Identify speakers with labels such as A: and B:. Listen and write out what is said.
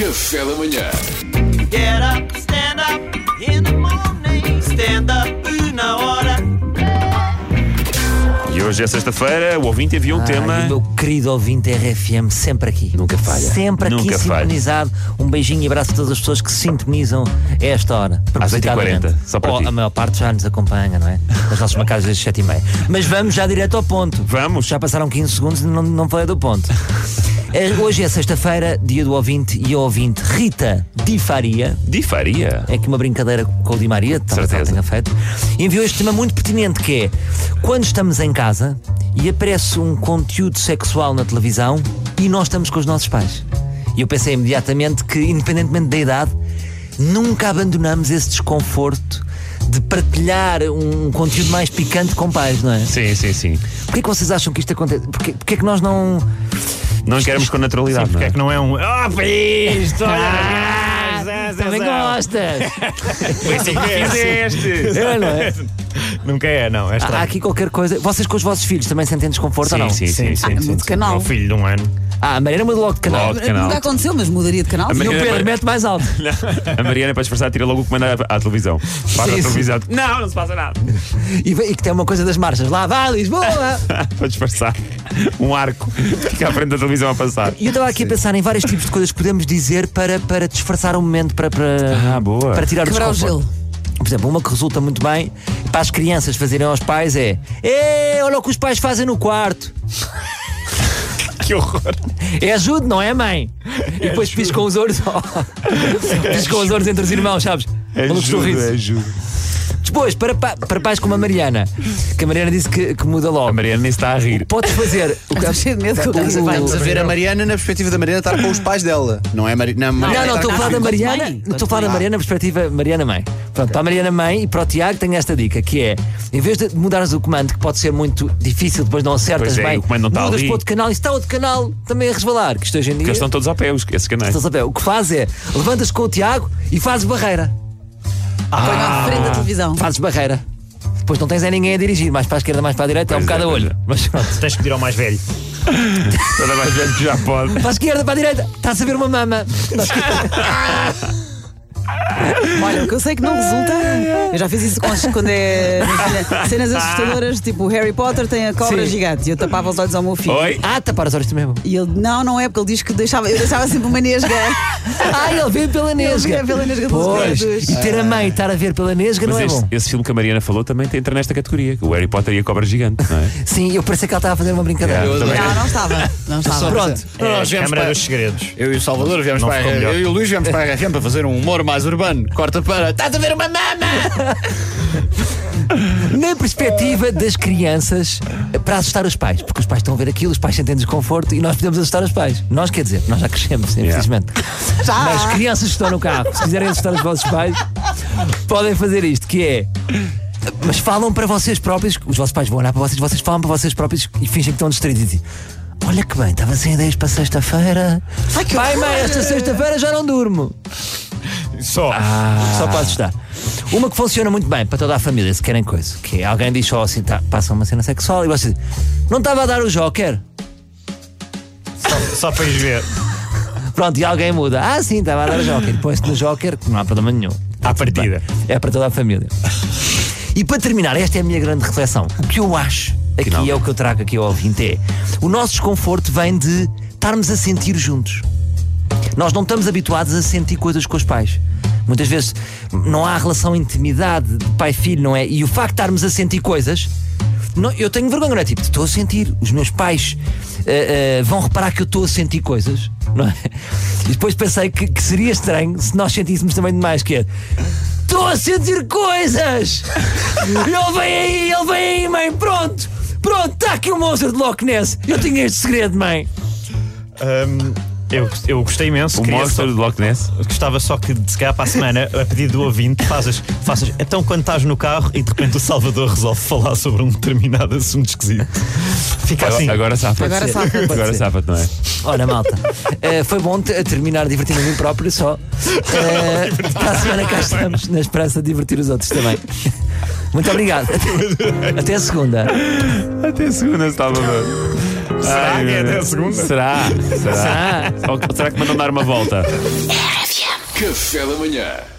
A: Café da manhã.
B: Get up, stand up in the morning. Stand up na hora.
C: E hoje é sexta-feira, o ouvinte enviou o
D: Ai, o
C: tema.
D: meu querido ouvinte RFM, sempre aqui.
C: Nunca falha.
D: Sempre aqui
C: Nunca falha.
D: sintonizado. Um beijinho e abraço a todas as pessoas que sintonizam a esta hora. propositadamente.
C: 8h40, só para
D: Ou,
C: ti.
D: A maior parte já nos acompanha, não é? Nas nossas marcadas das 7h30. Mas vamos já direto ao ponto.
C: Vamos.
D: Já passaram 15 segundos e não, não falei do ponto. É, Hoje é sexta-feira, dia do ouvinte e a ouvinte Rita Di Faria,
C: Di Faria.
D: é aqui uma brincadeira com o Di Maria, tá, talvez ela
C: Certeza.
D: tenha feito, enviou este tema muito pertinente que é quando estamos em casa e aparece um conteúdo sexual na televisão e nós estamos com os nossos pais. E eu pensei imediatamente que, independentemente da idade, nunca abandonamos esse desconforto de partilhar um conteúdo mais picante com pais, não é?
C: Sim, sim, sim.
D: Porquê que vocês acham que isto acontece? Porquê, porquê é que nós não.
C: Não queremos com naturalidade, não é?
E: Não é um. Ah, para isto! Ah,
C: é.
D: Também gostas!
E: assim Fizeste!
D: É, não é?
E: Nunca é, não. É
D: Há
E: estranho.
D: aqui qualquer coisa. Vocês com os vossos filhos também sentem desconforto ou não?
C: sim, sim, sim,
F: Ah,
C: sim,
F: muda de
C: sim.
E: É o
F: canal.
E: filho de um ano.
D: Ah, a Mariana muda logo de canal.
C: Logo de canal.
F: Nunca aconteceu, mas mudaria de canal.
C: A
D: E o
C: Mariana-
D: Pedro mete mais alto.
C: A Mariana, para disfarçar, tira logo o comando à, à televisão. Para a
D: Sim, sim.
C: televisão. Não, não se passa nada.
D: E, vê- e que tem uma coisa das marchas. Lá vai Lisboa!
C: para disfarçar. Um arco. Fica à frente da televisão a passar.
D: E eu estava aqui a pensar em vários tipos de coisas que podemos dizer para, para disfarçar o momento, para, para,
C: Ah, boa.
D: para tirar
F: Quebrar o
D: desconforto. Por exemplo, uma que resulta muito bem para as crianças fazerem aos pais é "Ê, olha o que os pais fazem no quarto.
C: Que horror.
D: É ajude, não é, mãe? E
C: É
D: depois piscam os ouros. piscam os ouros entre os irmãos, sabes?
C: É
D: Maluco sorriso.
C: Ajuda, ajuda.
D: Depois, para, pa- para pais como a Mariana, que a Mariana disse que, que muda
C: A
D: logo.
C: Mariana nem está a rir.
D: Podes fazer o que
F: Estou cheio de medo que eu
D: o-
G: Estamos a ver a Mariana na perspectiva da Mariana estar com os pais dela. Não é Mari... não,
D: Não,
G: Mariana
D: não,
G: está
D: estou a
G: com
D: falar
G: os
D: da
G: filhos.
D: Mariana,
F: mãe.
D: estou a falar da Mariana na perspectiva Mariana Mãe. Pronto, para a Mariana Mãe e para o Tiago tenho esta dica, que é, em vez de mudares o comando, que pode ser muito difícil, depois não acertas
C: Pois é,
D: bem,
C: o comando não está
D: mudas
C: ali.
D: para outro canal e se está outro canal também a resvalar, que isto hoje em
C: Porque
D: dia...
C: eles estão todos ao pé, os- esses canais.
D: estás a ver? O que faz é, levantas com o Tiago e fazes barreira.
F: Põe à frente
C: Ah.
F: da televisão.
D: Fazes barreira. Depois não tens a ninguém a dirigir, mais para a esquerda, mais para a direita, é um
C: Pois é,
D: bocado a
C: pois
D: olho. Mas pronto.
E: Tens que pedir ao mais velho.
C: Toda mais gente que já pode.
D: Para a esquerda, para a direita, está a saber uma mama.
F: Olha, o que eu sei é que não resulta. Eu já fiz isso com as, quando é cenas assustadoras, tipo o Harry Potter tem a cobra
D: Sim.
F: gigante. E eu tapava os olhos ao meu filho.
C: Oi?
D: Ah, tapar os olhos também é bom.
F: E ele, não, não é, porque ele diz que deixava, eu deixava sempre uma nesga.
C: Tá
D: Ah, ele vê pela nesga.
F: vê pela nesga dos
D: pois.
F: dedos.
D: E ter a mãe e estar a ver pela nesga
C: Mas
D: não é
C: este-
D: bom.
C: esse filme que a Mariana falou também entra nesta categoria. O Harry Potter e a Cobra Gigante, não é?
D: Sim, eu pensei que ela estava a fazer uma brincadeira.
C: Eu também-
F: Não, não estava. Não estava.
D: Pronto.
G: Não,
E: É,
G: nós
E: a
G: viemos
E: Câmara
G: para...
E: dos Segredos.
G: Eu e o Salvador viemos
E: Não
G: para
E: ficou melhor.
G: Eu e o Luís viemos para a RFM para fazer um humor mais urbano. Corta para. Estás a ver uma mama!
D: Na perspectiva das crianças, para assustar os pais, porque os pais estão a ver aquilo, os pais sentem desconforto e nós podemos assustar os pais. Nós, quer dizer, nós já crescemos, infelizmente. Mas as crianças que estão no carro, se quiserem assustar os vossos pais, podem fazer isto, que é. Mas falam para vocês próprios, os vossos pais vão olhar para vocês, vocês falam para vocês próprios e fingem que estão distraídos e dizem. Olha que bem, estava sem ideias para sexta-feira. Pai, mãe, esta sexta-feira já não durmo.
E: Só.
D: Só para assustar. Uma que funciona muito bem para toda a família, se querem coisa, que é alguém diz só assim, tá, passa uma cena sexual e você diz, não estava a dar o joker?
E: Só para ires ver.
D: Pronto, e alguém muda. Ah, sim, estava a dar o joker. E põe-se no joker, que não há problema nenhum.
E: À partida.
D: É para toda a família. E para terminar, esta é a minha grande reflexão. O que eu acho, aqui é o que eu trago aqui ao ouvinte, é o nosso desconforto vem de estarmos a sentir juntos. Nós não estamos habituados a sentir coisas com os pais. Muitas vezes não há relação intimidade de pai-filho, não é? E o facto de estarmos a sentir coisas. não- eu tenho vergonha, não é? Tipo, estou a sentir. Os meus pais ah, ah, vão reparar que eu estou a sentir coisas, não é? E depois pensei que, que seria estranho se nós sentíssemos também demais, que é. Estou a sentir coisas! Ele vem aí, ele vem aí, mãe! Pronto! Pronto, está aqui o monstro de Loch Ness! Eu tinha este segredo, mãe!
E: Hum, eu, eu gostei imenso.
C: O
E: Queria só-
C: monstro do Loch Ness.
E: Gostava só que, se calhar, para a semana, a pedido do ouvinte, fazes, faças. Então, quando estás no carro e de repente o Salvador resolve falar sobre um determinado assunto esquisito, fica assim.
C: Agora, agora safa.
F: Agora safa.
C: Agora safa, não é?
D: Ora, malta, eh, foi bom te- terminar divertindo a mim próprio só. Eh, para a semana cá estamos, na esperança de divertir os outros também. Muito obrigado. Até, até a segunda.
C: Até segunda, estava. Será que é até a segunda? Será? Será? Ou será que mandam dar uma volta?
A: Café da manhã.